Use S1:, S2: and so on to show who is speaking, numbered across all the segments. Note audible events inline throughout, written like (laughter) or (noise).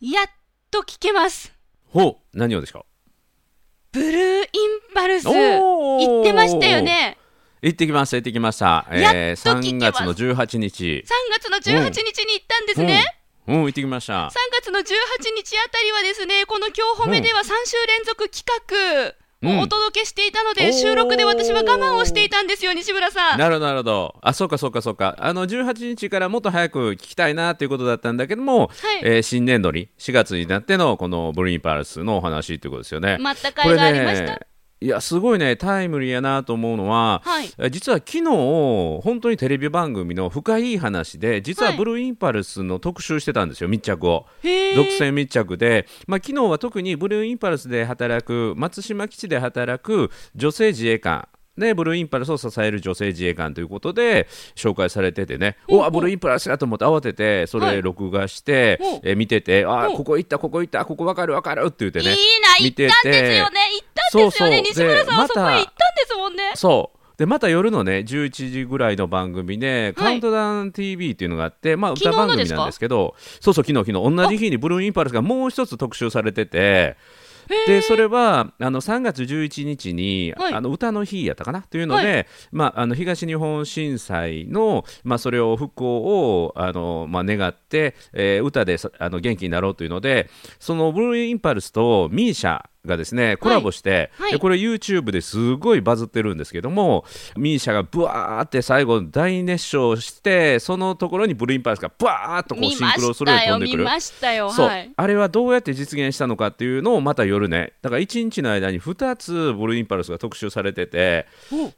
S1: やっと聞けます
S2: ほう何をですか
S1: ブルーインパルス
S2: おー
S1: 言ってましたよね
S2: 行ってきました行ってきました
S1: やっと聞け
S2: 3
S1: ます
S2: 月の18日
S1: 3月の18日に行ったんですね、
S2: うん、うん行ってきました
S1: 3月の18日あたりはですねこの「今日褒め」では3週連続企画をお届けしていたので、
S2: うん
S1: 収録で私は我慢をしていたんですよ西村さん
S2: なるほどなるほどあそうかそうかそうかあの18日からもっと早く聞きたいなということだったんだけども、
S1: はい
S2: えー新年度に4月になってのこのブルーインパルスのお話ということですよね
S1: 全く
S2: こ
S1: 会
S2: れ
S1: がありました、
S2: ねいやすごいねタイムリーやなと思うのは、
S1: はい
S2: え実は昨日本当にテレビ番組の深い話で実は
S1: はい
S2: ブルーインパルスの特集してたんですよ密着を。
S1: へー
S2: 独占密着で、まあ、昨日は特にブルーインパルスで働く松島基地で働く女性自衛官ね、ブルーインパルスを支える女性自衛官ということで紹介されててね、
S1: うん
S2: おわブルーインパルスだと思って慌ててそ
S1: はい
S2: れ録画して、
S1: うん
S2: え見ててあ
S1: うん
S2: ここ行ったここ行ったここ分かる分かるって言って
S1: いい
S2: ね
S1: な行
S2: 見
S1: った
S2: て
S1: んですよね行った
S2: て
S1: んですよね
S2: そうそうで
S1: 西村さんはそこへ
S2: また
S1: 行ったんですもんね
S2: そうでまた夜のね11時ぐらいの番組で「
S1: はい
S2: カウントダウン TV」っていうのがあって、まあ、
S1: 昨日
S2: 歌
S1: の
S2: 番
S1: で
S2: 組
S1: すか
S2: なんですけどそうそう昨日昨日同じ日にブルーインパルスがもう一つ特集されてて
S1: へ
S2: でそれはあの3月11日に、
S1: はい
S2: あの歌の日やったかなというので、まあ、あの東日本震災の、まあ、それを復興をあの、まあ、願って、えー歌でさあの元気になろうというのでそのブルーインパルスと MISIA がですねコラボして、
S1: はいはい
S2: でこれ YouTube ですごいバズってるんですけども MISIA がブワーって最後大熱唱してそのところにブルーインパルスがブワーっとこう
S1: 見
S2: シ
S1: ま
S2: ンクロするよう
S1: した
S2: に飛
S1: よ
S2: んでく
S1: 見
S2: る。
S1: ましたよ
S2: そう、
S1: はい
S2: あれはどうやって実現したのかっていうのをまた夜ねだから1日の間に2つブルーインパルスが特集されてて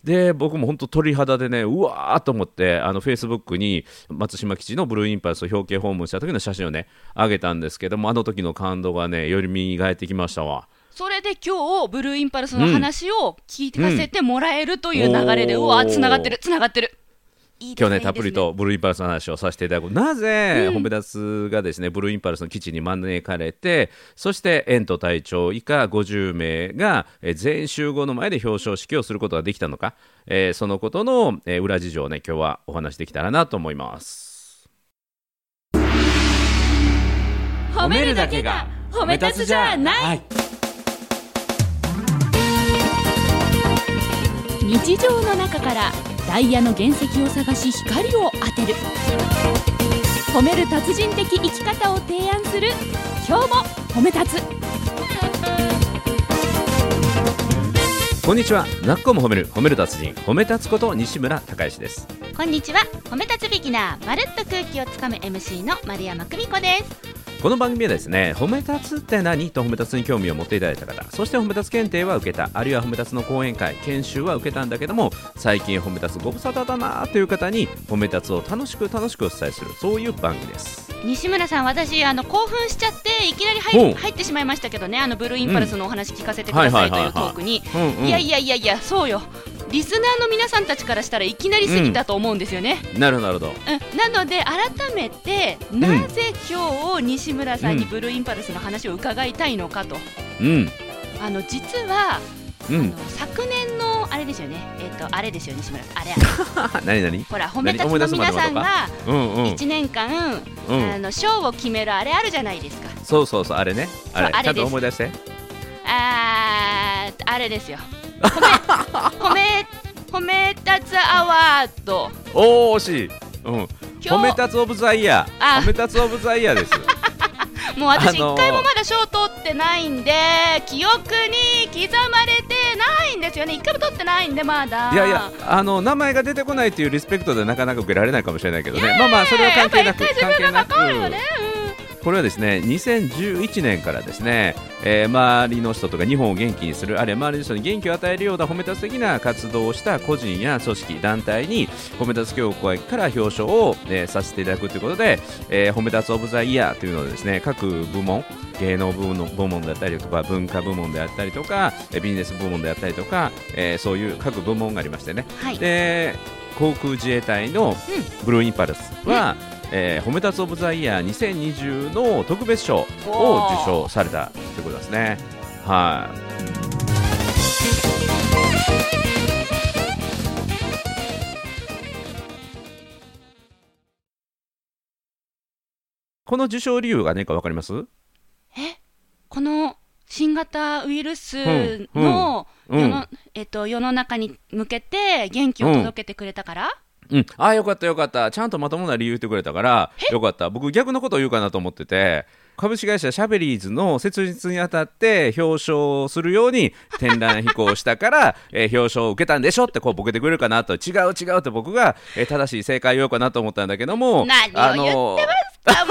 S2: で僕も本当鳥肌でねうわーと思ってあのフェイスブックに松島基地のブルーインパルスを表敬訪問した時の写真をね上げたんですけどもあの時の感動がねより見返ってきましたわ。
S1: それで今日ブルーインパルスの話を聞かせてもらえるという流れで、
S2: うん
S1: うわつながってるつながってるいいです
S2: 今日
S1: ね
S2: ねたっぷり
S1: いい
S2: とブルーインパルスの話をさせていただくなぜ、
S1: うん
S2: ホメダスがですねブルーインパルスの基地に招かれてそしてエント隊長以下50名がえー全員集合の前で表彰式をすることができたのか、えーそのことの、えー裏事情をね今日はお話しできたらなと思います
S1: ですね褒めるだけが褒め立つじゃない
S2: い
S3: 日常の中からダイヤの原石を探し光を当てる褒める達人的生き方を提案する今日も褒め立つ
S2: こんにちはなっこも褒める褒める達人褒め立つこと西村孝之です
S4: こんにちは褒め立つビギナーまるっと空気をつかむ MC の丸山久美子です
S2: この番組はですね褒め立つって何と褒め立つに興味を持っていただいた方そして褒め立つ検定は受けたあるいは褒め立つの講演会研修は受けたんだけども最近褒め立つご無沙汰だなという方に褒め立つを楽しく楽しくお伝えするそういう番組です
S4: 西村さん私あの興奮しちゃっていきなり
S2: ほ
S4: 入
S2: う
S4: っ入ってしまいましたけどねあのブルーインパルスのお話聞かせてくださいと
S2: は
S4: い
S2: いは
S4: う
S2: い
S4: ト
S2: はいはい
S4: ークに
S2: うんうん
S4: いやいやいやいやそうよリスナーの皆さんたちからしたらいきなり過ぎたと思うんですよね、
S2: なるほどなるほど
S4: うんなので改めて
S2: ん
S4: なぜ今日西村さんに
S2: うん
S4: ブルーインパルスの話を伺いたいのかと、
S2: うん
S4: あの実は、
S2: う
S4: あ
S2: ん
S4: の昨年のあれですよねえっ、とあれですよ西村さんあ
S2: (laughs)
S4: れあれ
S2: 何何
S4: ほら褒め立つの皆さんが
S2: うんうん
S4: 1年間
S2: うん
S4: あの賞を決めるあれあるじゃないですか。
S2: そうそうそうあれねあれ
S4: そうあれ
S2: ちゃ
S4: で
S2: ん
S4: す
S2: と思い出して
S4: あーあれ
S2: (laughs)
S4: ですよ。褒め褒め褒め立つアワード。
S2: おお惜しいうん
S4: 今
S2: 褒め
S4: 日
S2: 立つオブザイヤー
S4: あ
S2: 褒め立つオブザイヤーです
S4: もう私
S2: あのー
S4: 一回もまだ賞取ってないんで記憶に刻まれてないんですよね。一回も取ってないんでまだ。
S2: いやいやあの名前が出てこないっていうリスペクトでなかなか受けられないかもしれないけどねまあまあそれは関係なく
S4: やっぱ一回
S2: 関
S4: 自
S2: 係
S4: 分が
S2: な
S4: かかるよ
S2: く
S4: ね。
S2: これはですね2011年からですね、えー周りの人とか日本を元気にするあるいは周りの人に元気を与えるような褒め立つ的な活動をした個人や組織団体に褒め立つ協会から表彰を、えーさせていただくということで、えー褒め立つオブザイヤーというのをですね各部門芸能部門部門であったりとか文化部門であったりとかえービジネス部門であったりとか、えーそういう各部門がありましてね
S4: うんはい。
S2: で航空自衛隊のブルーインパルスは、えー褒め立つオブザイヤー2020の特別賞を受賞されたということですね。はい、この受賞理由が何かわかります？
S1: この新型ウイルス
S2: うんうん
S1: の
S2: うん
S1: 世のえっと世の中に向けて元気を届けてくれたから、
S2: うん、ああよかったよかったちゃんとまともな理由言ってくれたからよかった僕逆のことを言うかなと思ってて株式会社シャベリーズの設立にあたって表彰するように展覧飛行をし
S1: (laughs)
S2: たから、えー表彰を受けたんでしょってこうボケてくれるかなと違う違うって僕が、えー正しい正解を言おうかなと思ったんだけども
S1: 何を言っ
S2: (laughs)
S1: て
S2: あのー
S1: ますか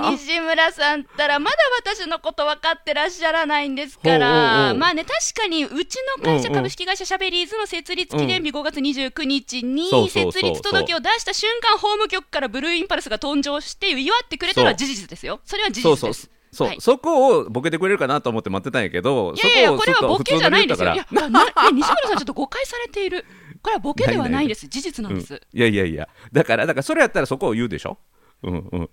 S1: もう西村さんったらまだ私のこと分かってらっしゃらないんですから
S2: ほうほうほう
S1: まあね確かにうちの会社
S2: うんうん
S1: 株式会社シャベリーズの設立記念日5月29日
S2: そう
S1: に
S2: そうそうそう
S1: 設立届を出した瞬間法務局からブルーインパルスが誕生して祝ってくれたのは事実ですよそれは事
S2: そう
S1: 実
S2: そう
S1: です
S2: そう、
S1: はい
S2: そこをボケてくれるかなと思って待ってたんやけど
S1: いやいやいや
S2: そ
S1: これは
S2: を
S1: ボ
S2: 普通
S1: ケじゃ
S2: の
S1: な
S2: 理
S1: い
S2: 由
S1: んで
S2: だ
S1: す
S2: か
S1: よ
S2: ら
S1: いやなね西村さんちょっと誤解されているこれはボケではない
S2: (laughs)
S1: です事実なんです、
S2: うんいやいやいやだからだからそれやったらそこを言うでしょうんうん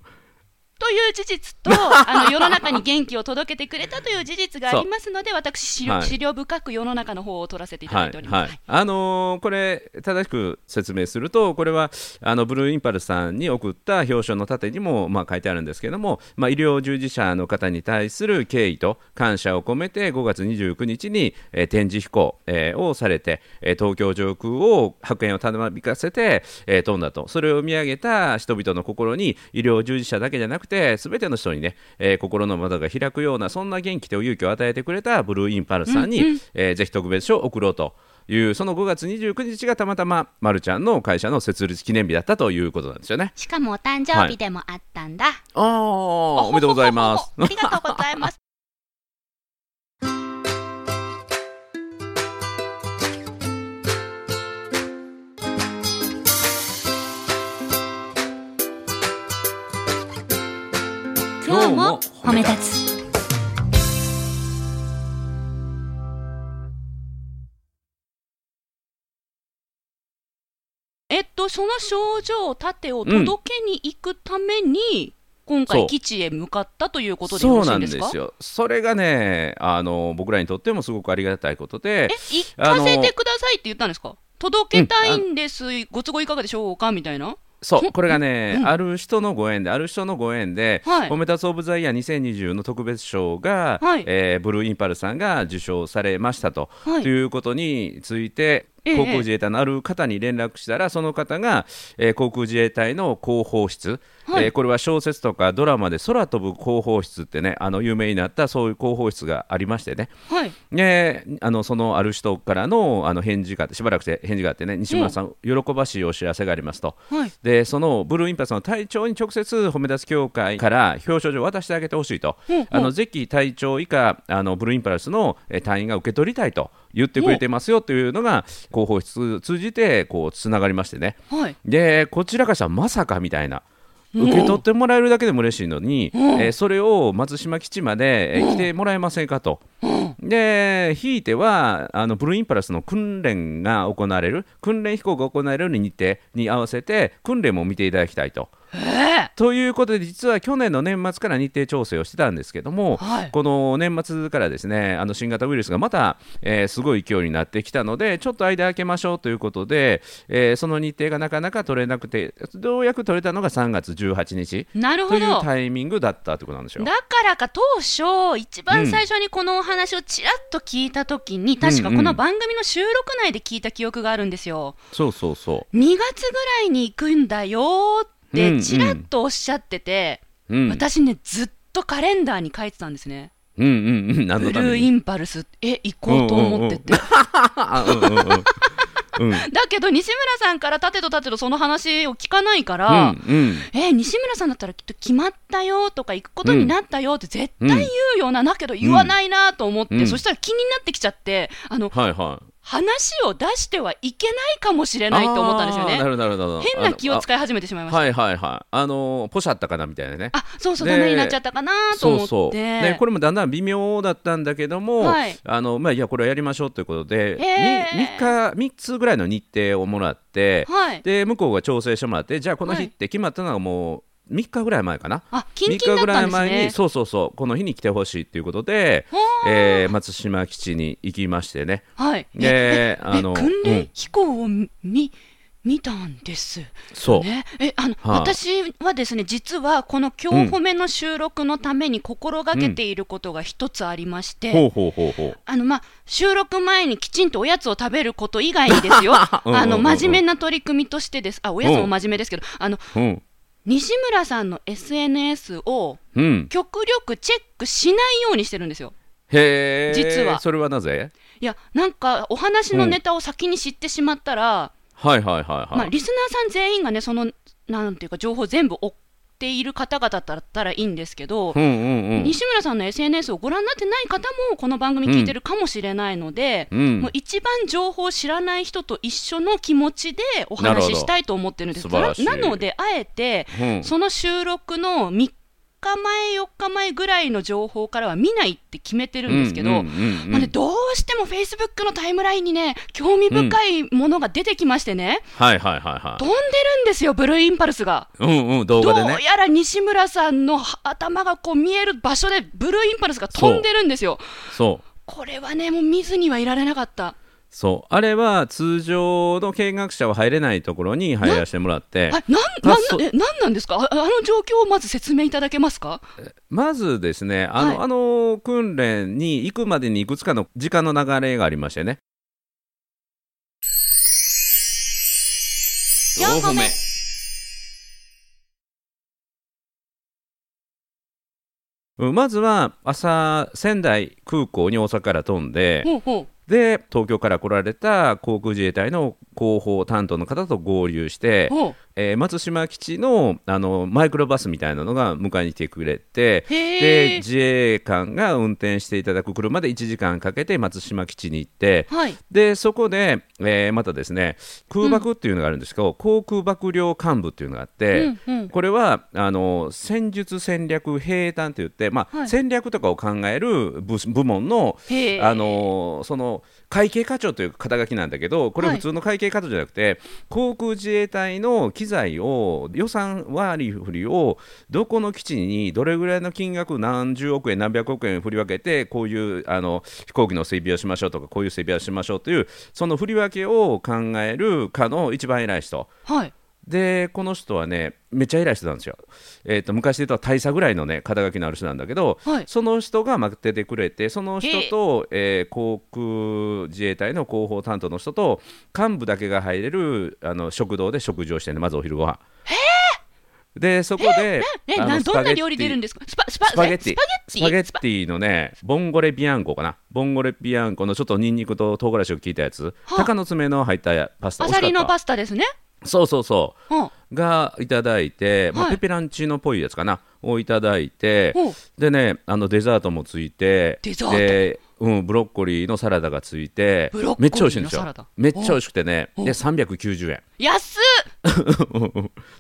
S1: という事実
S2: (laughs)
S1: とあの世の中に元気を届けてくれたという事実がありますので私資料,、
S2: はい
S1: 資料深く世の中の方を取らせていただ
S2: はいい
S1: ております。
S2: はい、あのーこれ正しく説明するとこれはあのブルーインパルスさんに送った表彰の盾にも、まあ、書いてあるんですけども、まあ、医療従事者の方に対する敬意と感謝を込めて5月29日に、えー展示飛行、えーをされて、えー東京上空を白煙をたまびかせて、えー飛んだとそれを見上げた人々の心に医療従事者だけじゃなくて全ての人にね、えー心の窓が開くようなそんな元気と勇気を与えてくれたブルーインパルスさんに、えーぜひ特別賞を贈ろうというその5月29日がたまたま、ま、るちゃんの会社の設立記念日だったということなんですよね。
S4: しかもお誕生日でもあったんだ、
S2: あーおめでとうございます。
S4: ありがとうございます
S3: 今日も褒め立つ
S1: えっとその症状盾を届けに行くために、今回
S2: そう
S1: 基地へ向かったということでよろ
S2: そう
S1: しい
S2: なんん
S1: で
S2: ですす
S1: か
S2: よ。それがね、あの僕らにとってもすごくありがたいことで、
S1: え行かせてくださいって言ったんですか届けたいんです、ご都合いかがでしょうかみたいな
S2: そう、これがね、
S1: うん
S2: ある人のご縁で、ある人のご縁で、
S1: はい
S2: 褒めたつオブザイヤー2020の特別賞が、
S1: はい
S2: えーブルーインパルスさんが受賞されましたと、
S1: はい
S2: ということについて、
S1: ええ
S2: 航空自衛隊のある方に連絡したら、その方が、えー航空自衛隊の広報室、
S1: はい
S2: えーこれは小説とかドラマで空飛ぶ広報室ってね、あの有名になったそういう広報室がありましてね、
S1: はい
S2: ね、あのそのある人からのあの返事があってしばらくして返事があってね西村さん、喜ばしいお知らせがありますと、
S1: はい
S2: でそのブルーインパルスの隊長に直接褒め出す協会から表彰状を渡してあげてほしいと、
S1: うんうん
S2: あのぜひ隊長以下あのブルーインパルスのえー隊員が受け取りたいと言ってくれてますよというのが広報室通じてこうつながりましてね
S1: はい
S2: でこちらからしたらまさかみたいな。受け取ってもらえるだけでも嬉しいのに、えーそれを松島基地まで、えー来てもらえませんかと、で、ひいてはあのブルーインパルスの訓練が行われる、訓練飛行が行われる日程に合わせて、訓練も見ていただきたいと。ということで、実は去年の年末から日程調整をしてたんですけども、
S1: はい
S2: この年末からですねあの新型ウイルスがまた、えーすごい勢いになってきたので、ちょっと間空けましょうということで、えーその日程がなかなか取れなくて、ようやく取れたのが3月18日
S1: なる
S2: と
S1: ほ
S2: いう
S1: ど
S2: タイミングだったということなんですよ。
S1: だからか当初一番最初にこのお話をちらっと聞いた時に、確かこの番組の収録内で聞いた記憶があるんですよ、
S2: そうそうそう
S1: 2月ぐらいに行くんだよーっ
S2: うんう
S1: て
S2: ん
S1: ちらっとおっしゃってて、
S2: うん、
S1: 私ねずっとカレンダーに書いてたんですね
S2: うんうんうん、何
S1: ブ
S2: の
S1: ル
S2: ため
S1: ー
S2: に
S1: インパルスえ行こうと思ってて、
S2: あうんうん
S1: (laughs)
S2: うんうん
S1: だけど西村さんから盾と盾とその話を聞かないか
S2: う
S1: ら、
S2: んうん
S1: えー西村さんだったらきっと決まったよとか行くことになったよって絶対言うよな、だけど言わないなと思って、
S2: うん
S1: そしたら気になってきちゃってあの
S2: はいは
S1: 話を出してはいけないかもしれ
S2: い。
S1: ないと思ったんですよ
S2: あーな
S1: ね
S2: るほどなるほど。
S1: 変な気を使
S2: い
S1: い始めてしまいました
S2: はいはいはい。あのーポシャったかなみたいなね。
S1: あそうそう
S2: で
S1: ダメになっちゃったかなと思って
S2: そうそうでこれもだんだん微妙だったんだけども、
S1: はい
S2: あのまあ、いやこれはやりましょうということで
S1: へー
S2: 3, 日三つぐらいの日程をもらって、
S1: はい
S2: で向こうが調整してもらってじゃあこの日
S1: はい
S2: って決まったのがもう3日ぐらい前かな。
S1: あキ
S2: 3
S1: ンキンだ
S2: 日
S1: っ
S2: ぐ
S1: た
S2: ら
S1: ん
S2: い
S1: です
S2: 前に
S1: ね
S2: そうそうそうこの日に来てほしいということで、えー松島基地に行きましてね
S1: (laughs) はいえ
S2: で
S1: え
S2: あの
S1: 訓
S2: う
S1: 練
S2: ん
S1: 飛行を見、見たんです。
S2: そう、
S1: ね、えあの、
S2: はい
S1: 私はですね実はこの「今日褒め」の収録のために心がけていることが一つありまして、
S2: ほうほうほうほう
S1: あのまあ、収録前にきちんとおやつを食べること以外にですよあ
S2: (laughs) うんうんうん
S1: の真面目な取り組みとしてですあおやつも真面目ですけどあの
S2: うん
S1: 西村さんの SNS を
S2: うん
S1: 極力チェックしないようにしてるんですよ。
S2: へえ
S1: 実は
S2: それはなぜ
S1: いやなんかお話のネタを先に知ってしまったら、
S2: はいはいはいはい、
S1: まあ、リスナーさん全員がねそのなんていうか情報全部追っている方々だったらいいんですけど、
S2: うんうんうん
S1: 西村さんの SNS をご覧になってない方もこの番組聞いてるかもしれないので、
S2: うん
S1: もう一番情報を知らない人と一緒の気持ちでお話ししたいと思ってるんです
S2: なるほど素晴ら
S1: な
S2: しい
S1: なのであえて
S2: うん
S1: その収録の3日前4日前ぐらいの情報からは見ないって決めてるんですけど、
S2: うんうんうんうん
S1: まあね、どうしても Facebook のタイムラインにね興味深いものが出てきましてね、
S2: はいはいはいは
S1: 飛んでるんですよブルーインパルスが。
S2: いうんうん動
S1: ど
S2: 画
S1: う
S2: でね
S1: やら西村さんの頭がこう見える場所でブルーインパルスが飛んでるんですよ。
S2: そう
S1: これはね、もう見ずにはいられなかった。
S2: そうあれは通常の見学者は入れないところに入らせてもらって
S1: あ、なん、なん
S2: そ、う
S1: え、なんなんですかああの状況をまず説明いただけますか
S2: まずですねあの、
S1: はい
S2: あの訓練に行くまでにいくつかの時間の流れがありましてね
S4: 4個目
S2: うんまずは朝仙台空港に大阪から飛んで、
S1: ほうほ
S2: で東京から来られた航空自衛隊の広報担当の方と合流して
S1: う、ほう。
S2: えー松島基地のあのマイクロバスみたいなのが迎えに来てくれて
S1: へ
S2: で
S1: え。
S2: 自衛官が運転していただく車で1時間かけて松島基地に行って
S1: はい。
S2: でそこで、えーまたですね空爆っていうのがあるんですけど、航空幕僚幹部っていうのがあって。
S1: うんうん。
S2: これはあの戦術戦略兵団といって、まあ
S1: はい
S2: 戦略とかを考える部部門の
S1: へえ。
S2: あのその会計課長という肩書きなんだけどこれ
S1: はい
S2: 普通の会計課長じゃなくて、航空自衛隊の機材を予算割り振りをどこの基地にどれぐらいの金額何十億円何百億円振り分けてこういうあの飛行機の整備をしましょうとかこういう整備をしましょうというその振り分けを考える課の一番偉い人。
S1: はい。
S2: でこの人はねめっちゃ偉い人なんですよ、えー、と昔で言うと大佐ぐらいのね肩書きのある人なんだけど、
S1: はい
S2: その人が待っててくれてその人と、えー航空自衛隊の広報担当の人と幹部だけが入れるあの食堂で食事をしてねまずお昼ご飯へでそこで、
S1: え、
S2: あの
S1: な、
S2: ス
S1: ど
S2: パ
S1: ん
S2: ゲ
S1: な
S2: ッティ
S1: 料理出るんですかスパ、スパ、
S2: スパゲッティ
S1: スパゲッティ
S2: スパゲッティのねボンゴレビアンコかなボンゴレビアンコのちょっとニンニクと唐辛子を効いたやつ、
S1: はあ
S2: 鷹の爪の入ったパスタ
S1: アサリのパ
S2: ス
S1: スタですね。
S2: そうそうそう
S1: うん。
S2: がいただいて、まあ
S1: はい
S2: ペペランチーノっぽいやつかなをいただいて
S1: ほう
S2: でねあのデザートもついて
S1: デザート
S2: で、うん、ブロッコリーのサラダがついて
S1: ブロッコリーの
S2: めっちゃ美味しいんです
S1: サラ
S2: よ
S1: ダ
S2: めっちゃ美味しくてね
S1: お
S2: で390円
S1: 安っ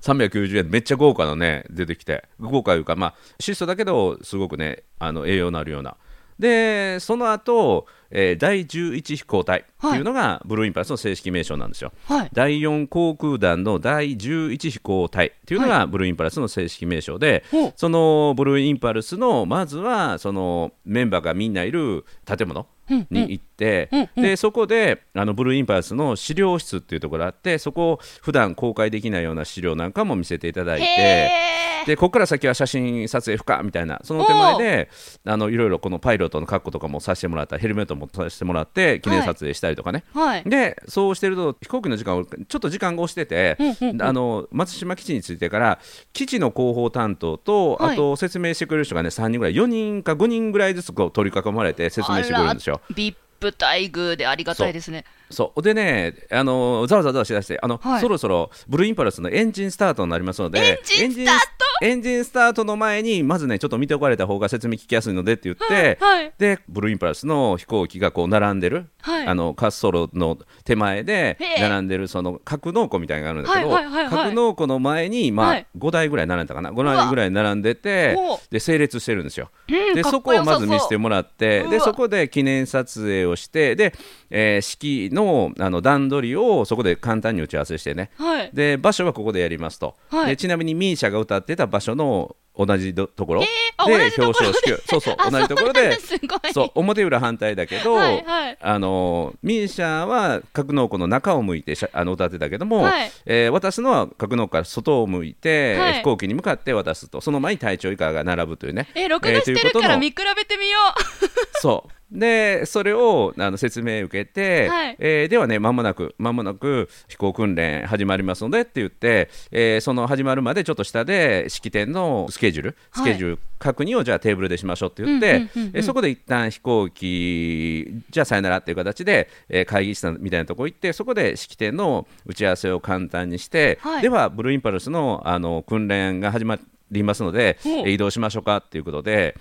S2: 390円めっちゃ豪華なね出てきて豪華いうかまあ質素だけどすごくねあの栄養のあるようなでその後、えー第11飛行隊っていうのが、ブルーインパルスの正式名称なんですよ
S1: はい。
S2: 第4航空団の第11飛行隊というのがブルーインパルスの正式名称で、
S1: ほう
S2: そのブルーインパルスのまずはそのメンバーがみんないる建物
S1: うん
S2: に行って、
S1: うんうん
S2: でそこであのブルーインパルスの資料室っていうところがあってそこを普段公開できないような資料なんかも見せていただいて。
S4: へー
S2: でここから先は写真撮影不可みたいなその手前であのいろいろこのパイロットの格好とかもさせてもらったりヘルメットもさせてもらって記念撮影したりとかね、
S1: はい。
S2: でそうしてると飛行機の時間をちょっと時間が押してて、
S1: うんうんうん
S2: あの松島基地に着いてから基地の広報担当と、
S1: はい
S2: あと説明してくれる人がね3人ぐらい4人か5人ぐらいずつこう取り囲まれて説明してくれるんですよ。
S1: ビップ待遇でありがたいですね。
S2: そうでねあのざわざわざわしだしてあの、
S1: はい
S2: そろそろブルーインパルスのエンジンスタートになりますので
S1: エンジンスター
S2: エンジンエンジンスタートの前にまずねちょっと見ておかれた方が説明聞きやすいのでって言って、
S1: はい。
S2: でブルーインパルスの飛行機がこう並んでる、
S1: はい
S2: あの滑走路の手前で
S1: へえ
S2: 並んでるその格納庫みたいなのがあるん
S1: は
S2: だ
S1: い
S2: け
S1: はいはい
S2: ど
S1: はい
S2: 格納庫の前に、まあ
S1: はい
S2: 5台ぐらい並んだかな5台ぐらい並んでて
S1: おう
S2: で整列してるんですよ。
S1: うん
S2: で
S1: か
S2: そ
S1: っ
S2: こ
S1: よ
S2: を
S1: さ
S2: ま
S1: そう
S2: ず見せてもらって
S1: うわ
S2: でそこで記念撮影をしてで、えー式のあの段取りをそこで簡単に打ち合わせしてね
S1: はい。
S2: で場所はここでやりますと、
S1: はい
S2: でちなみにミーシャが歌ってた場所の同じどところで
S4: あ同じ
S2: 表
S4: ところ
S2: 彰式をそ
S1: (laughs)
S2: うそう同じところ
S4: そうなんだ
S2: で
S4: すごい。
S2: そう表裏反対だけど、
S4: はいはい。
S2: あのミーシャは格納庫の中を向いてしゃあの歌ってたけども、
S4: はい
S2: えー渡すのは格納庫から外を向いて、
S4: はい
S2: 飛行機に向かって渡すとその前に隊長以下が並ぶというね
S4: え録画してるか
S2: えーということの
S4: ら見比べてみよ (laughs)
S2: そうでそれをあの説明受けて、
S4: はい
S2: えーではねまもなくまもなく飛行訓練始まりますのでって言って、えーその始まるまでちょっと下で式典のスケジュールス
S4: はい
S2: ケジュール確認をじゃあテーブルでしましょうって言って、
S4: うんうんうんうん
S2: えーそこで一旦飛行機じゃあさよならっていう形で、えー会議室みたいなとこ行ってそこで式典の打ち合わせを簡単にして、
S4: はい
S2: ではブルーインパルスのあの訓練が始まりますので、え
S4: お
S2: ー移動しましょうかっていうことで。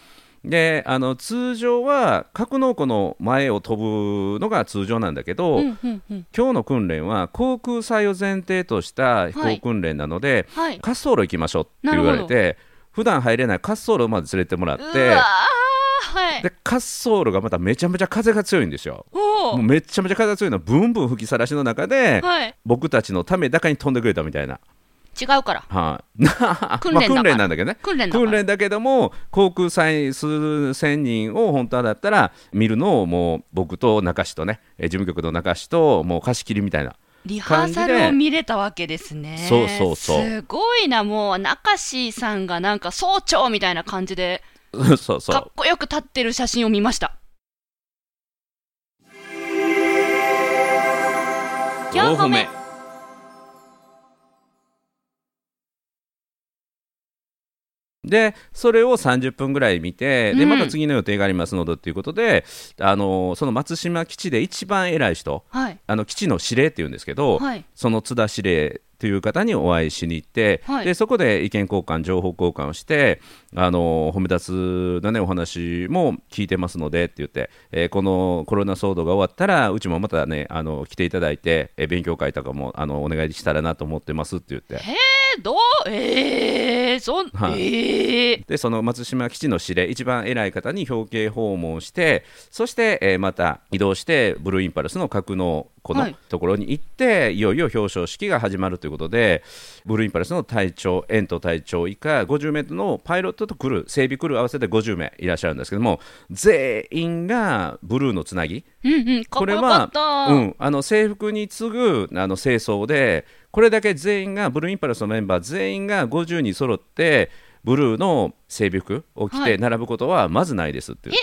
S2: であの通常は格納庫の前を飛ぶのが通常なんだけど、
S4: う。うんうんうん。
S2: 今日の訓練は航空祭を前提とした飛行訓練なので、
S4: はい。
S2: 滑走路行きましょうって言われて普段入れない滑走路まで連れてもらっ
S4: う
S2: て
S4: わ
S2: で
S4: ーはい。
S2: 滑走路がまためちゃめちゃ風が強いんですよ。
S4: お
S2: もう
S4: お。
S2: めちゃめちゃ風が強いのはブンブン吹きさらしの中で、
S4: はい。
S2: 僕たちのためだけに飛んでくれたみたいな、
S4: 違うから。
S2: はい、 (laughs) まあ
S4: 訓練だから
S2: 訓練なんだけどね
S4: 訓練だから。
S2: 訓練だけども航空祭数千人を本当はだったら見るのをもう僕と中志とねえー事務局の中志ともう貸し切りみたいな (laughs)
S4: リハーサルを見れたわけですね。
S2: そうそうそう
S4: すごいな、もう、中志さんがなんか総長みたいな感じで、
S2: そうそ
S4: か
S2: う
S4: っこよく立ってる写真を見ました。
S3: 4歩目
S2: でそれを30分ぐらい見て、で
S4: うん
S2: また次の予定がありますのでということで、あのーその松島基地で一番偉い人
S4: はい。
S2: あの基地の司令っていうんですけど、
S4: はい。
S2: その津田司令という方にお会いしに行って、
S4: はい
S2: でそこで意見交換、情報交換をして、あの褒め立つの、ね、お話も聞いてますのでって言って、えーこのコロナ騒動が終わったら、うちもまたね、あの来ていただいて、えー勉強会とかもあのお願いしたらなと思ってますって言って、
S4: え、どうえー、そん、
S2: はい
S4: えー、
S2: でその松島基地の司令一番偉い方に表敬訪問してそして、えーまた移動してブルーインパルスの格納庫
S4: は
S2: の
S4: い
S2: ところに行って、い、よいよ表彰式が始まるということでブルーインパルスの隊長遠藤隊長以下50名のパイロットとクルー整備クルー合わせて50名いらっしゃるんですけども全員がブルーのつなぎ
S4: うんうん、かっこよかった。
S2: うん、あの制服に次ぐあの清掃でこれだけ全員がブルーインパルスのメンバー全員が50人揃ってブルーの制服を着
S4: は
S2: て
S4: い
S2: 並ぶことはまずないですっていう、
S4: え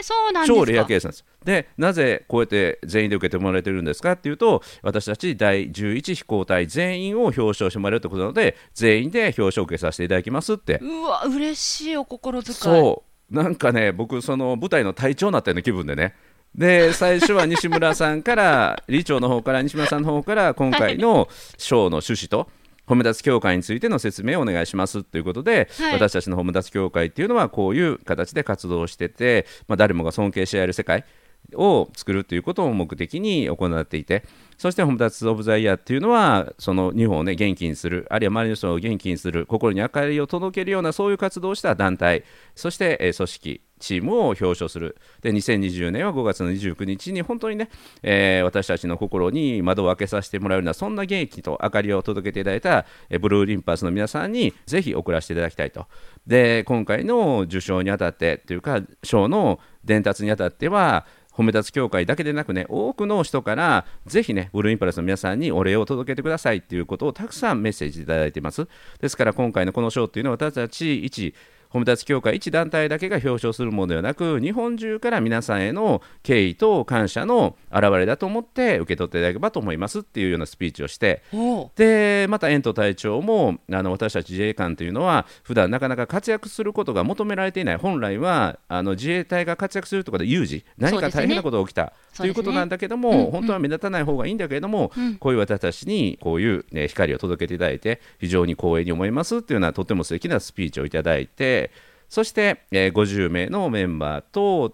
S4: ー、そうなんですか。
S2: 超レアケースなんですでなぜこうやって全員で受けてもらえてるんですかっていうと私たち第11飛行隊全員を表彰してもらえるってことなので全員で表彰を受けさせていただきますって
S4: うわ、嬉しいお心遣い。
S2: そうなんかね僕その舞台の隊長になったような気分でねで最初は西村さんから理事長の方から西村さんの方から今回のショーの趣旨と。褒め立つ協会についての説明をお願いしますということで、
S4: はい
S2: 私たちの褒め立つ協会っていうのはこういう形で活動してて、まあ、誰もが尊敬し合える世界を作るということを目的に行っていてそして褒め立つオブザイヤーっていうのはその日本をね元気にするあるいは周りの人を元気にする心に明かりを届けるようなそういう活動をした団体そして、えー組織チームを表彰するで2020年は5月の29日に本当にね、えー私たちの心に窓を開けさせてもらえるようなそんな元気と明かりを届けていただいた、えーブルーリンパースの皆さんにぜひ送らせていただきたいとで今回の受賞にあたってというか賞の伝達にあたっては褒め立つ協会だけでなくね多くの人からぜひねブルーインパルスの皆さんにお礼を届けてくださいっていうことをたくさんメッセージいただいていますですから今回のこの賞っていうのは私たち一褒め立つ協会一団体だけが表彰するものではなく日本中から皆さんへの敬意と感謝の表れだと思って受け取っていただければと思いますっていうようなスピーチをして
S4: おう
S2: でまた遠藤隊長もあの私たち自衛官というのは普段なかなか活躍することが求められていない本来はあの自衛隊が活躍するところで有事何か大変なことが起きた、
S4: そ
S2: と
S4: う
S2: い
S4: で
S2: う
S4: すね
S2: ことなんだけども、
S4: そうですねうんうん
S2: 本当は目立たない方がいいんだけれども、
S4: うん
S2: こういう私たちにこういう、ね、光を届けていただいて非常に光栄に思いますっていうのはとても素敵なスピーチをいただいてそして、えー50名のメンバーと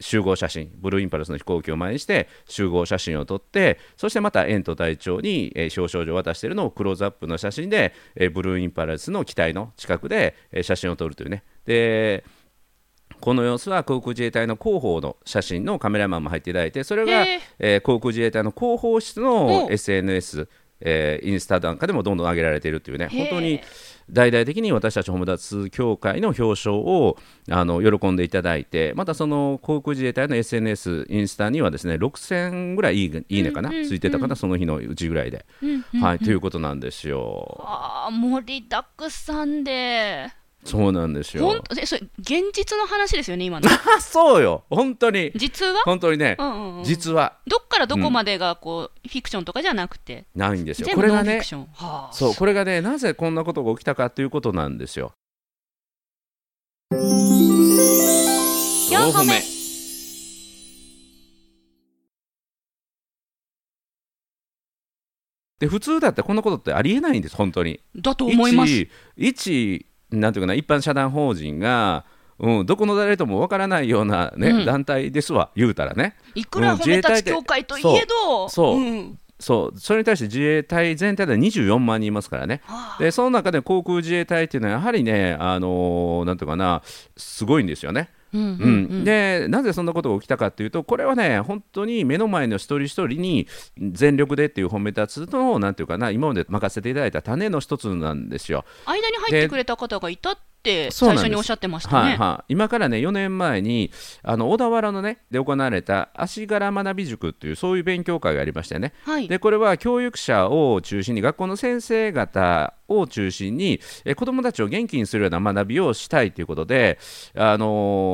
S2: 集合写真ブルーインパルスの飛行機を前にして集合写真を撮ってそしてまた遠藤隊長に、えー表彰状を渡しているのをクローズアップの写真で、えーブルーインパルスの機体の近くで、えー写真を撮るというねでこの様子は航空自衛隊の広報の写真のカメラマンも入っていただいてそれが、
S4: へー
S2: えー航空自衛隊の広報室の
S4: お
S2: SNS、えーインスタなんかでもどんどん上げられているというね
S4: へ
S2: 本
S4: え
S2: 当に大々的に私たちホムダツ協会の表彰をあの喜んでいただいてまたその航空自衛隊の SNS インスタにはですね6000ぐらいいいねいいねかな、
S1: うんうんうん
S2: ついてたかなその日のうちぐらいで、
S1: うんうん
S2: はいということなんですよ
S4: あー盛りだくさんで
S2: そうなんです
S1: ほん
S2: よ
S1: とえそれ現実の話ですよね今
S2: (laughs)
S1: の
S2: あそうよ本当に
S1: 実は、
S2: 本当にね
S1: うんうんうん、
S2: 実は
S1: どっからどこまでがこう、フィクションとかじゃなくて
S2: ないんですよ
S1: 全
S2: こ
S1: 部
S2: れ
S1: ノ
S2: が
S1: ンフィ
S2: ね
S1: クション、はあ、
S2: そうこれがねなぜこんなことが起きたかということなんですよ
S3: 四歩目
S2: で普通だったらこんなことってありえないんです本当に
S1: だと思います
S2: 一一なんていうかな一般社団法人が、うん、どこの誰ともわからないような、ね
S1: うん
S2: 団体ですわ言うたらね
S1: いくら
S2: うん
S1: 褒め立
S2: 自衛隊
S1: つ
S2: で
S1: 協会といえど、
S2: そうそうんそうそれに対して自衛隊全体で24万人いますからね
S1: はあ
S2: でその中で航空自衛隊っていうのはやはりね、あのーなんていうかなすごいんですよね。
S1: うんうん
S2: う
S1: うんん
S2: でなぜそんなことが起きたかっていうとこれはね本当に目の前の一人一人に全力でっていう褒め立つのなんていうかな今まで任せていただいた種の一つなんですよ。
S1: 間に入ってくれた方がいたって
S2: そうなん
S1: 最初
S2: です
S1: におっしゃってましたね、
S2: はいはい、今からね4年前にあの小田原のねで行われた足柄学び塾っていうそういう勉強会がありましてね
S1: はい
S2: でこれは教育者を中心に学校の先生方を中心にえ子どもたちを元気にするような学びをしたいということで、あの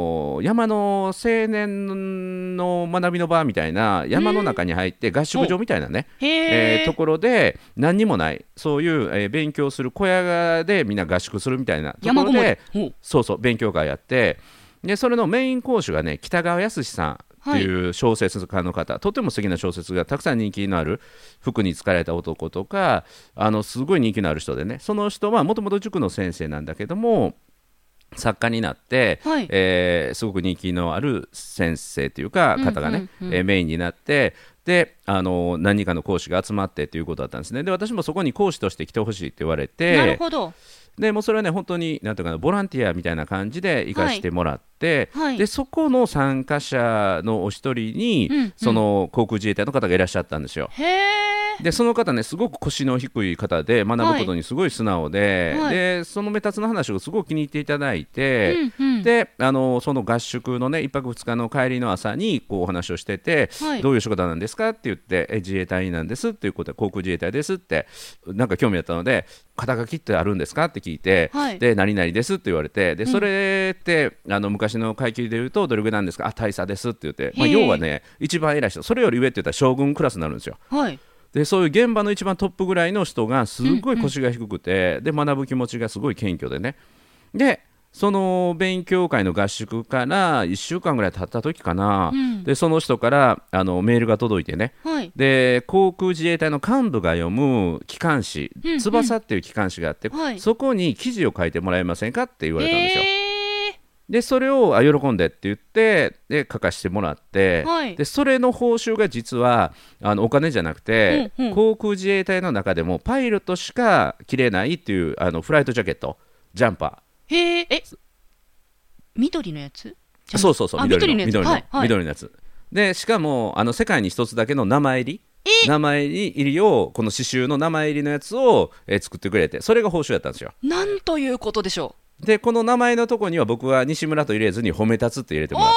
S2: ー山の青年の学びの場みたいな山の中に入って合宿場みたいなね、
S1: へ
S2: え
S1: え
S2: ーところで何にもないそういう、えー勉強する小屋でみんな合宿するみたいなとこ
S1: 山
S2: ろ
S1: ごもり
S2: で
S1: ほう
S2: そうそう勉強会やってでそれのメイン講師がね北川康さんっていう小説家の方、とても素敵な小説がたくさん人気のある「服に疲れた男」とかあのすごい人気のある人でねその人はもともと塾の先生なんだけども作家になって、
S1: はい
S2: えーすごく人気のある先生というか方がね、
S1: うんうんうん
S2: えーメインになってであの何人かの講師が集まってということだったんですねで私もそこに講師として来てほしいって言われて
S1: なるほど
S2: でもうそれはね本当になんていうかなボランティアみたいな感じで行かしてもらって、
S1: はいはい
S2: でそこの参加者のお一人に、
S1: うんうん
S2: その航空自衛隊の方がいらっしゃったんですよ。
S1: へえ
S2: でその方ねすごく腰の低い方で学ぶことにすごい素直で、
S1: はいはい
S2: でその目立つの話をすごく気に入っていただいて、
S1: うんうん
S2: であのその合宿のね1泊2日の帰りの朝にこうお話をしてて、
S1: はい
S2: どういう仕事なんですかって言ってえ自衛隊なんですっていうことで航空自衛隊ですってなんか興味あったので肩書きってあるんですかって聞いて、
S1: はい
S2: で何々ですって言われてでそれって、あの昔の階級で言うとどれぐらいなんですかあ大佐ですって言って、まあ、
S1: へえ
S2: 要はね一番偉い人それより上って言ったら将軍クラスになるんですよ。
S1: はい
S2: でそういう現場の一番トップぐらいの人がすごい腰が低くて、で学ぶ気持ちがすごい謙虚でねでその勉強会の合宿から1週間ぐらい経った時かな、
S1: ん
S2: でその人からあのメールが届いてね
S1: はい
S2: で航空自衛隊の幹部が読む機関誌「
S1: うんうん
S2: 翼」っていう機関誌があって、
S1: はい
S2: そこに記事を書いてもらえませんかって言われたんですよ。
S1: え
S2: でそれをあ喜んでって言ってで書かしてもらって、
S1: はい
S2: でそれの報酬が実はあのお金じゃなくて、
S1: うんうん
S2: 航空自衛隊の中でもパイロットしか着れないっていうあのフライトジャケットジャンパ
S1: ー、へええ緑のやつ
S2: ーそうそうそう
S1: あ
S2: 緑の
S1: 緑のやつはいはい
S2: 緑のやつでしかもあの世界に一つだけの名前入り名前入りをこの刺繍の名前入りのやつを、えー作ってくれてそれが報酬だったんですよ
S1: なんということでしょ
S2: でこの名前のとこには僕は西村と入れずに褒め立つって入れて
S1: う
S2: もらって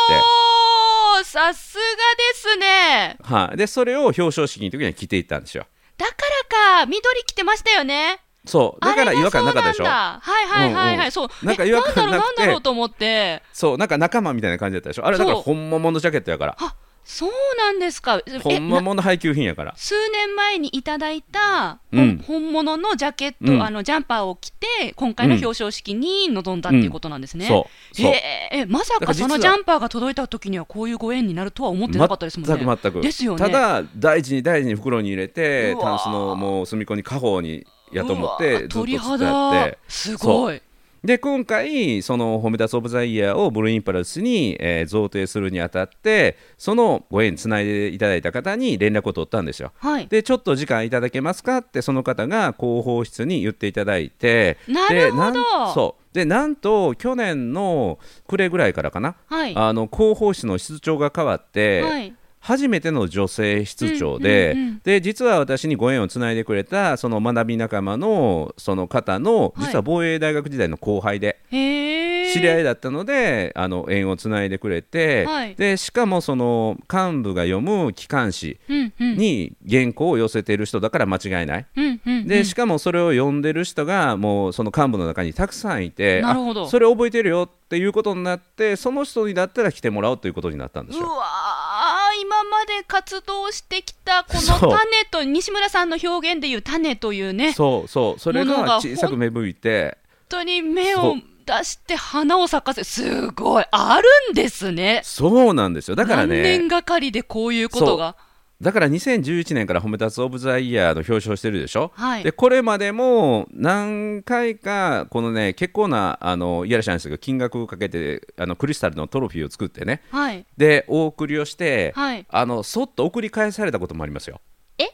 S1: おーさすがですね
S2: はい、でそれを表彰式の時には着ていったんですよ。
S1: だからか緑着てましたよね
S2: そうだから違和感なかったでしょ
S1: あれがそうなんだはいはいはいはい、
S2: うんうん
S1: そう
S2: なんか
S1: え
S2: 違和感
S1: なんだろう
S2: な
S1: な
S2: く
S1: ん
S2: て
S1: だろうと思って
S2: そうなんか仲間みたいな感じだったでしょあれだから
S1: そう
S2: 本物のジャケットやから
S1: あそうなんですかえ
S2: 本
S1: な
S2: 物の配給品やから
S1: 数年前にいただいた、
S2: うん
S1: ほん本物のジャケット、
S2: うん
S1: あのジャンパーを着て今回の表彰式に臨んだっていうことなんですね、
S2: そうそう
S1: へええまさ
S2: だ
S1: か
S2: か
S1: ら
S2: 実
S1: そ
S2: は
S1: のジャンパーが届いた時にはこういうご縁になるとは思ってなかったですもんね
S2: 全く全く
S1: ですよね
S2: ただ大事に大事に袋に入れて
S1: う
S2: タ
S1: わ
S2: ン
S1: ー
S2: スのもう隅っこに家宝にやと思っ
S1: うわ
S2: てずっと
S1: 鳥
S2: ずっとやっ
S1: 肌
S2: て
S1: すごい
S2: で今回その「褒め立つオブザイヤー」をブルーインパルスに、えー贈呈するにあたってそのご縁つないでいただいた方に連絡を取ったんですよ
S1: はい
S2: でちょっと時間いただけますかってその方が広報室に言っていただいて
S1: なるほど
S2: でなんそうでなんと去年の暮れぐらいからかな、
S1: はい
S2: あの広報室の室長が変わって、
S1: はい
S2: 初めての女性室長で、
S1: うんうんうん
S2: で実は私にご縁をつないでくれたその学び仲間のその方の
S1: はい
S2: 実は防衛大学時代の後輩で、
S1: へえ
S2: 知り合いだったのであの縁をつないでくれて、
S1: はい
S2: でしかもその幹部が読む機関誌
S1: うんうん
S2: に原稿を寄せてる人だから間違いない。
S1: うんうんうん
S2: でしかもそれを読んでる人がもうその幹部の中にたくさんいて
S1: なるほど
S2: あそれ覚えてるよっていうことになってその人にだったら来てもらおうということになったんです
S1: う
S2: よ。
S1: わー今まで活動してきたこ
S2: そう
S1: の種と西村さんの表現でいう種というね本
S2: そうそうそれ
S1: もの
S2: が
S1: が
S2: 小さく芽吹いて
S1: 当に目
S2: そ
S1: を
S2: う
S1: 出して花を咲かせすごいあるんですね
S2: そうなんですよだから
S1: 何年
S2: ね
S1: がかりでこういうことが
S2: だから2011年から褒め立つオブザイヤーの表彰してるでしょ、
S1: はい
S2: でこれまでも何回かこのね結構なあのいやらしい話ですけど金額をかけてあのクリスタルのトロフィーを作ってね
S1: はい
S2: でお送りをして、
S1: はい
S2: あのそっと送り返されたこともありますよ。
S4: え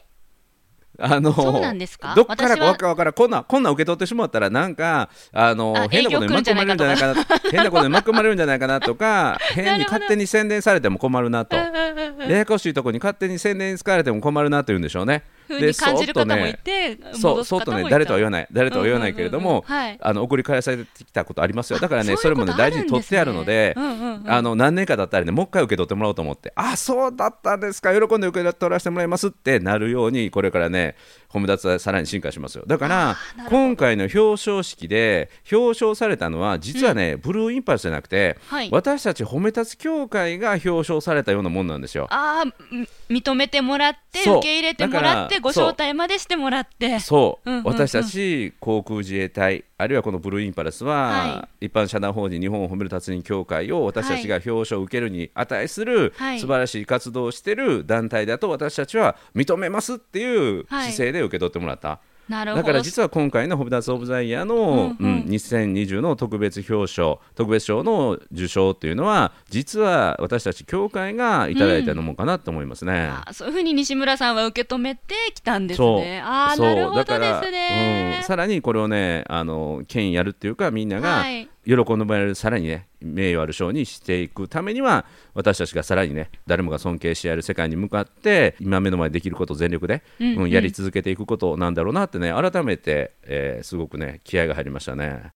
S2: あの
S4: そうなんですか
S2: どっから
S4: 私
S2: か
S4: は
S2: わかわからんこんなんこんなん受け取ってしまったらなんかあの
S4: あ
S2: 変なことに巻き込まれるんじゃないかな (laughs) 変なことに巻き込まれるんじゃないかなとか変に勝手に宣伝されても困るなとややこしいとこに勝手に宣伝使われても困るなというんでしょうね。
S1: ふうに感じる方もい
S2: で
S1: て
S2: そう
S1: 戻す
S2: そう
S1: 方
S2: と
S1: もい
S2: ね
S1: た
S2: 誰とは言わない誰とは言わないけれども、
S1: うんうんうんうんはい
S2: あの送り返されてきたことありますよだからね
S1: あ
S2: それもね大事に取ってあるので、
S1: そういうことあるんですねうんうんうん
S2: あの何年かだったらねもう一回受け取ってもらおうと思ってあそうだったんですか喜んで受け取らせてもらいますってなるようにこれからね褒め立つはさらに進化しますよだから今回の表彰式で表彰されたのは実はね、ブルーインパルスじゃなくて、
S1: はい
S2: 私たち褒め立つ協会が表彰されたようなもんなんですよ。
S1: あーん認めてもらって
S2: そう
S1: 受け入れてもらって
S2: だから
S1: ご招待までしてもらって
S2: そう、
S1: うんうんうん
S2: 私たち航空自衛隊あるいはこのブルーインパルスは、
S1: は
S2: 一般社団法人日本を褒める達人協会を私たちが表彰を受けるに値する、
S1: はい
S2: 素晴らしい活動をしている団体だと私たちは認めますっていう
S1: はい
S2: 姿勢で受け取ってもらった、
S1: なるほ
S2: だ
S1: ど
S2: から実は今回の「ホブダス・オブ・ザ・イヤーの」
S1: うんうん
S2: うん2020の特別表彰特別賞の受賞っていうのは実は私たち協会がいただいたのもかなと思いますね。
S1: あーそういうふうに西村さんは受け止めてきたんです
S2: そう
S1: ね。ああ、
S2: そう
S1: なるほど
S2: だから
S1: ですね
S2: うん、。さらにこれをねあの権威あるっていうかみんなが
S1: はい
S2: 喜んでもらえるさらにね名誉ある賞にしていくためには私たちがさらにね誰もが尊敬し合える世界に向かって今目の前にできることを全力で、
S1: うんうん
S2: うんやり続けていくことなんだろうなってね改めて、えーすごくね気合が入りましたね。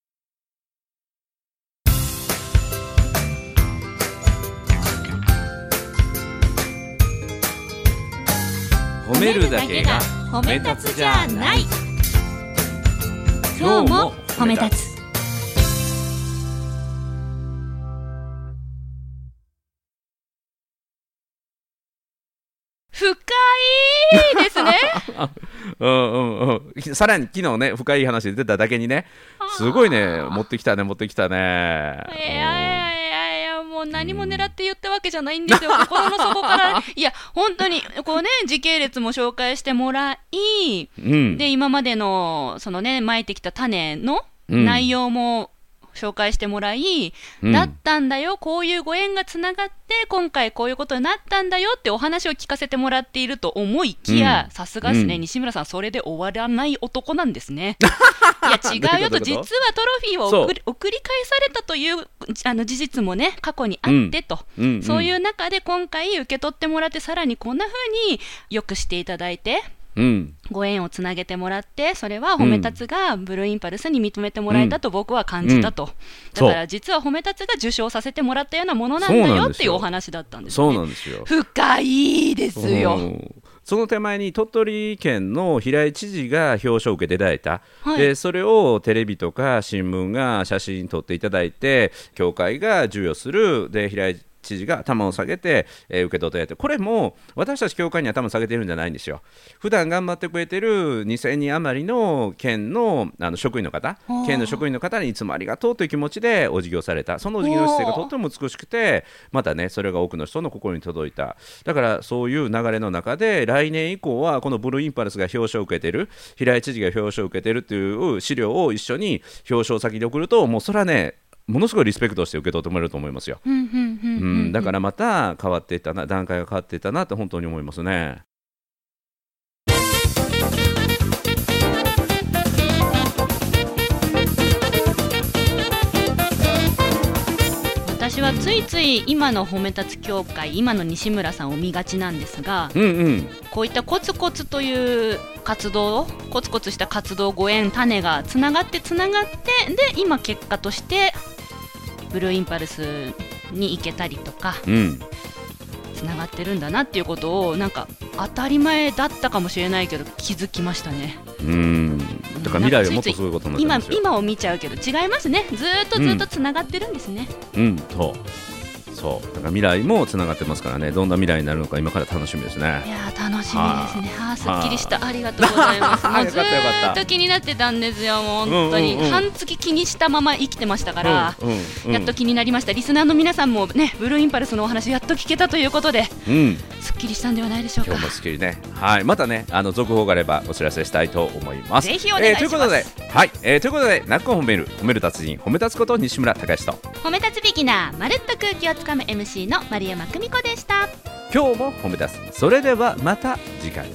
S2: 褒めるだけが
S3: 褒
S2: め立つじゃない
S3: 今日も褒め立つ
S1: 深いですね。
S2: うんうんうん、さらに昨日ね深い話で出ただけにねすごいね持ってきたね持ってきたね、
S1: いやいやいやいや、もう何も狙って言ったわけじゃないんですよ。心の底から。いや、本当に、こうね、時系列も紹介してもらい、
S2: うん、
S1: で、今までの、そのね、まいてきた種の
S2: うん
S1: 内容も紹介してもらい、
S2: うん
S1: だったんだよ、こういうご縁がつながって、今回こういうことになったんだよってお話を聞かせてもらっていると思いきや
S2: う、ん
S1: さすがですね、
S2: うん
S1: 西村さん、それで終わらない男なんです
S2: (laughs)
S1: ね。いや、違うよと、
S2: どういうことどういう
S1: 実
S2: こ
S1: は
S2: と
S1: トロフィーを送り送り返されたというあの事実もね、過去にあってと。
S2: うんうん
S1: そういう中で今回受け取ってもらってさらにこんな風によくしていただいて
S2: うん
S1: ご縁をつなげてもらってそれは褒め立つがブルーインパルスに認めてもらえたと僕は感じたと、
S2: そう
S1: だから実は褒め立つが受賞させてもらったようなものなんだ
S2: そうな
S1: よ
S2: んで
S1: っ
S2: す
S1: ていう
S2: よ
S1: お話だったんですね
S2: そうなんですよ
S1: 深いですよ、
S2: うんその手前に鳥取県の平井知事が表彰を受けていただいた、
S1: はい
S2: でそれをテレビとか新聞が写真撮っていただいて教会が授与するで平井知事が頭を下げて、えー受け取っていただいてこれも私たち教会に頭を下げてるんじゃないんですよ普段頑張ってくれてる2000人余りの県のあの職員の方
S1: ー
S2: 県の職員の方にいつもありがとうという気持ちでお辞儀をされたそのお辞儀の姿勢がとっても美しくてまたねそれが多くの人の心に届いただからそういう流れの中で来年以降はこのブルーインパルスが表彰を受けてる平井知事が表彰を受けてるという資料を一緒に表彰先で送るともうそれはねものすごいリスペクトして受け取ってもらえると思いますよ、
S1: うんうんうん
S2: う
S1: うん
S2: ん、だからまた変わっていったな段階が変わっていったなって本当に思いますね
S1: 私私はついつい今の褒め立つ協会今の西村さんを見がちなんですが
S2: うんうん
S1: こういったコツコツという活動コツコツした活動ご縁種がつながってつながってで今結果としてブルーインパルスに行けたりとか
S2: うん
S1: つながってるんだなっていうことをなんか当たり前だったかもしれないけど気づきましたね
S2: うんだから未来はもっとすごいことにな
S1: 今
S2: ってるんですよ
S1: 今を見ちゃうけど違いますねずーっとずーっとつながってるんですね、
S2: うんそうそうだから未来もつながってますからねどんな未来になるのか今から楽しみですね
S1: いやー楽しみですね。あーすっきりしたありがとうござい
S2: (laughs)
S1: ます。も
S2: はいう
S1: ず
S2: よかったよか
S1: ー
S2: っ
S1: ったと気になってたんですよ。もう本当に、
S2: うんうんうん
S1: 半月気にしたまま生きてましたから。
S2: うんうんうん
S1: やっと気になりましたリスナーの皆さんもねブルーインパルスのお話やっと聞けたということで
S2: うん
S1: すっきりしたんではないでしょう
S2: 今
S1: か
S2: 日もすっきりね、はい、またね、あの続報があればお知らせしたいと思います。
S1: ぜひお願い
S2: えーということで
S1: し、
S2: はい、えーということで、なっこ褒める、褒める達人、褒め立つこと西村隆之と、
S4: 褒め立つビギナーまるっと空気をつかむ MC の丸山久美子でした
S2: 今日も褒め立つ。それではまた次回。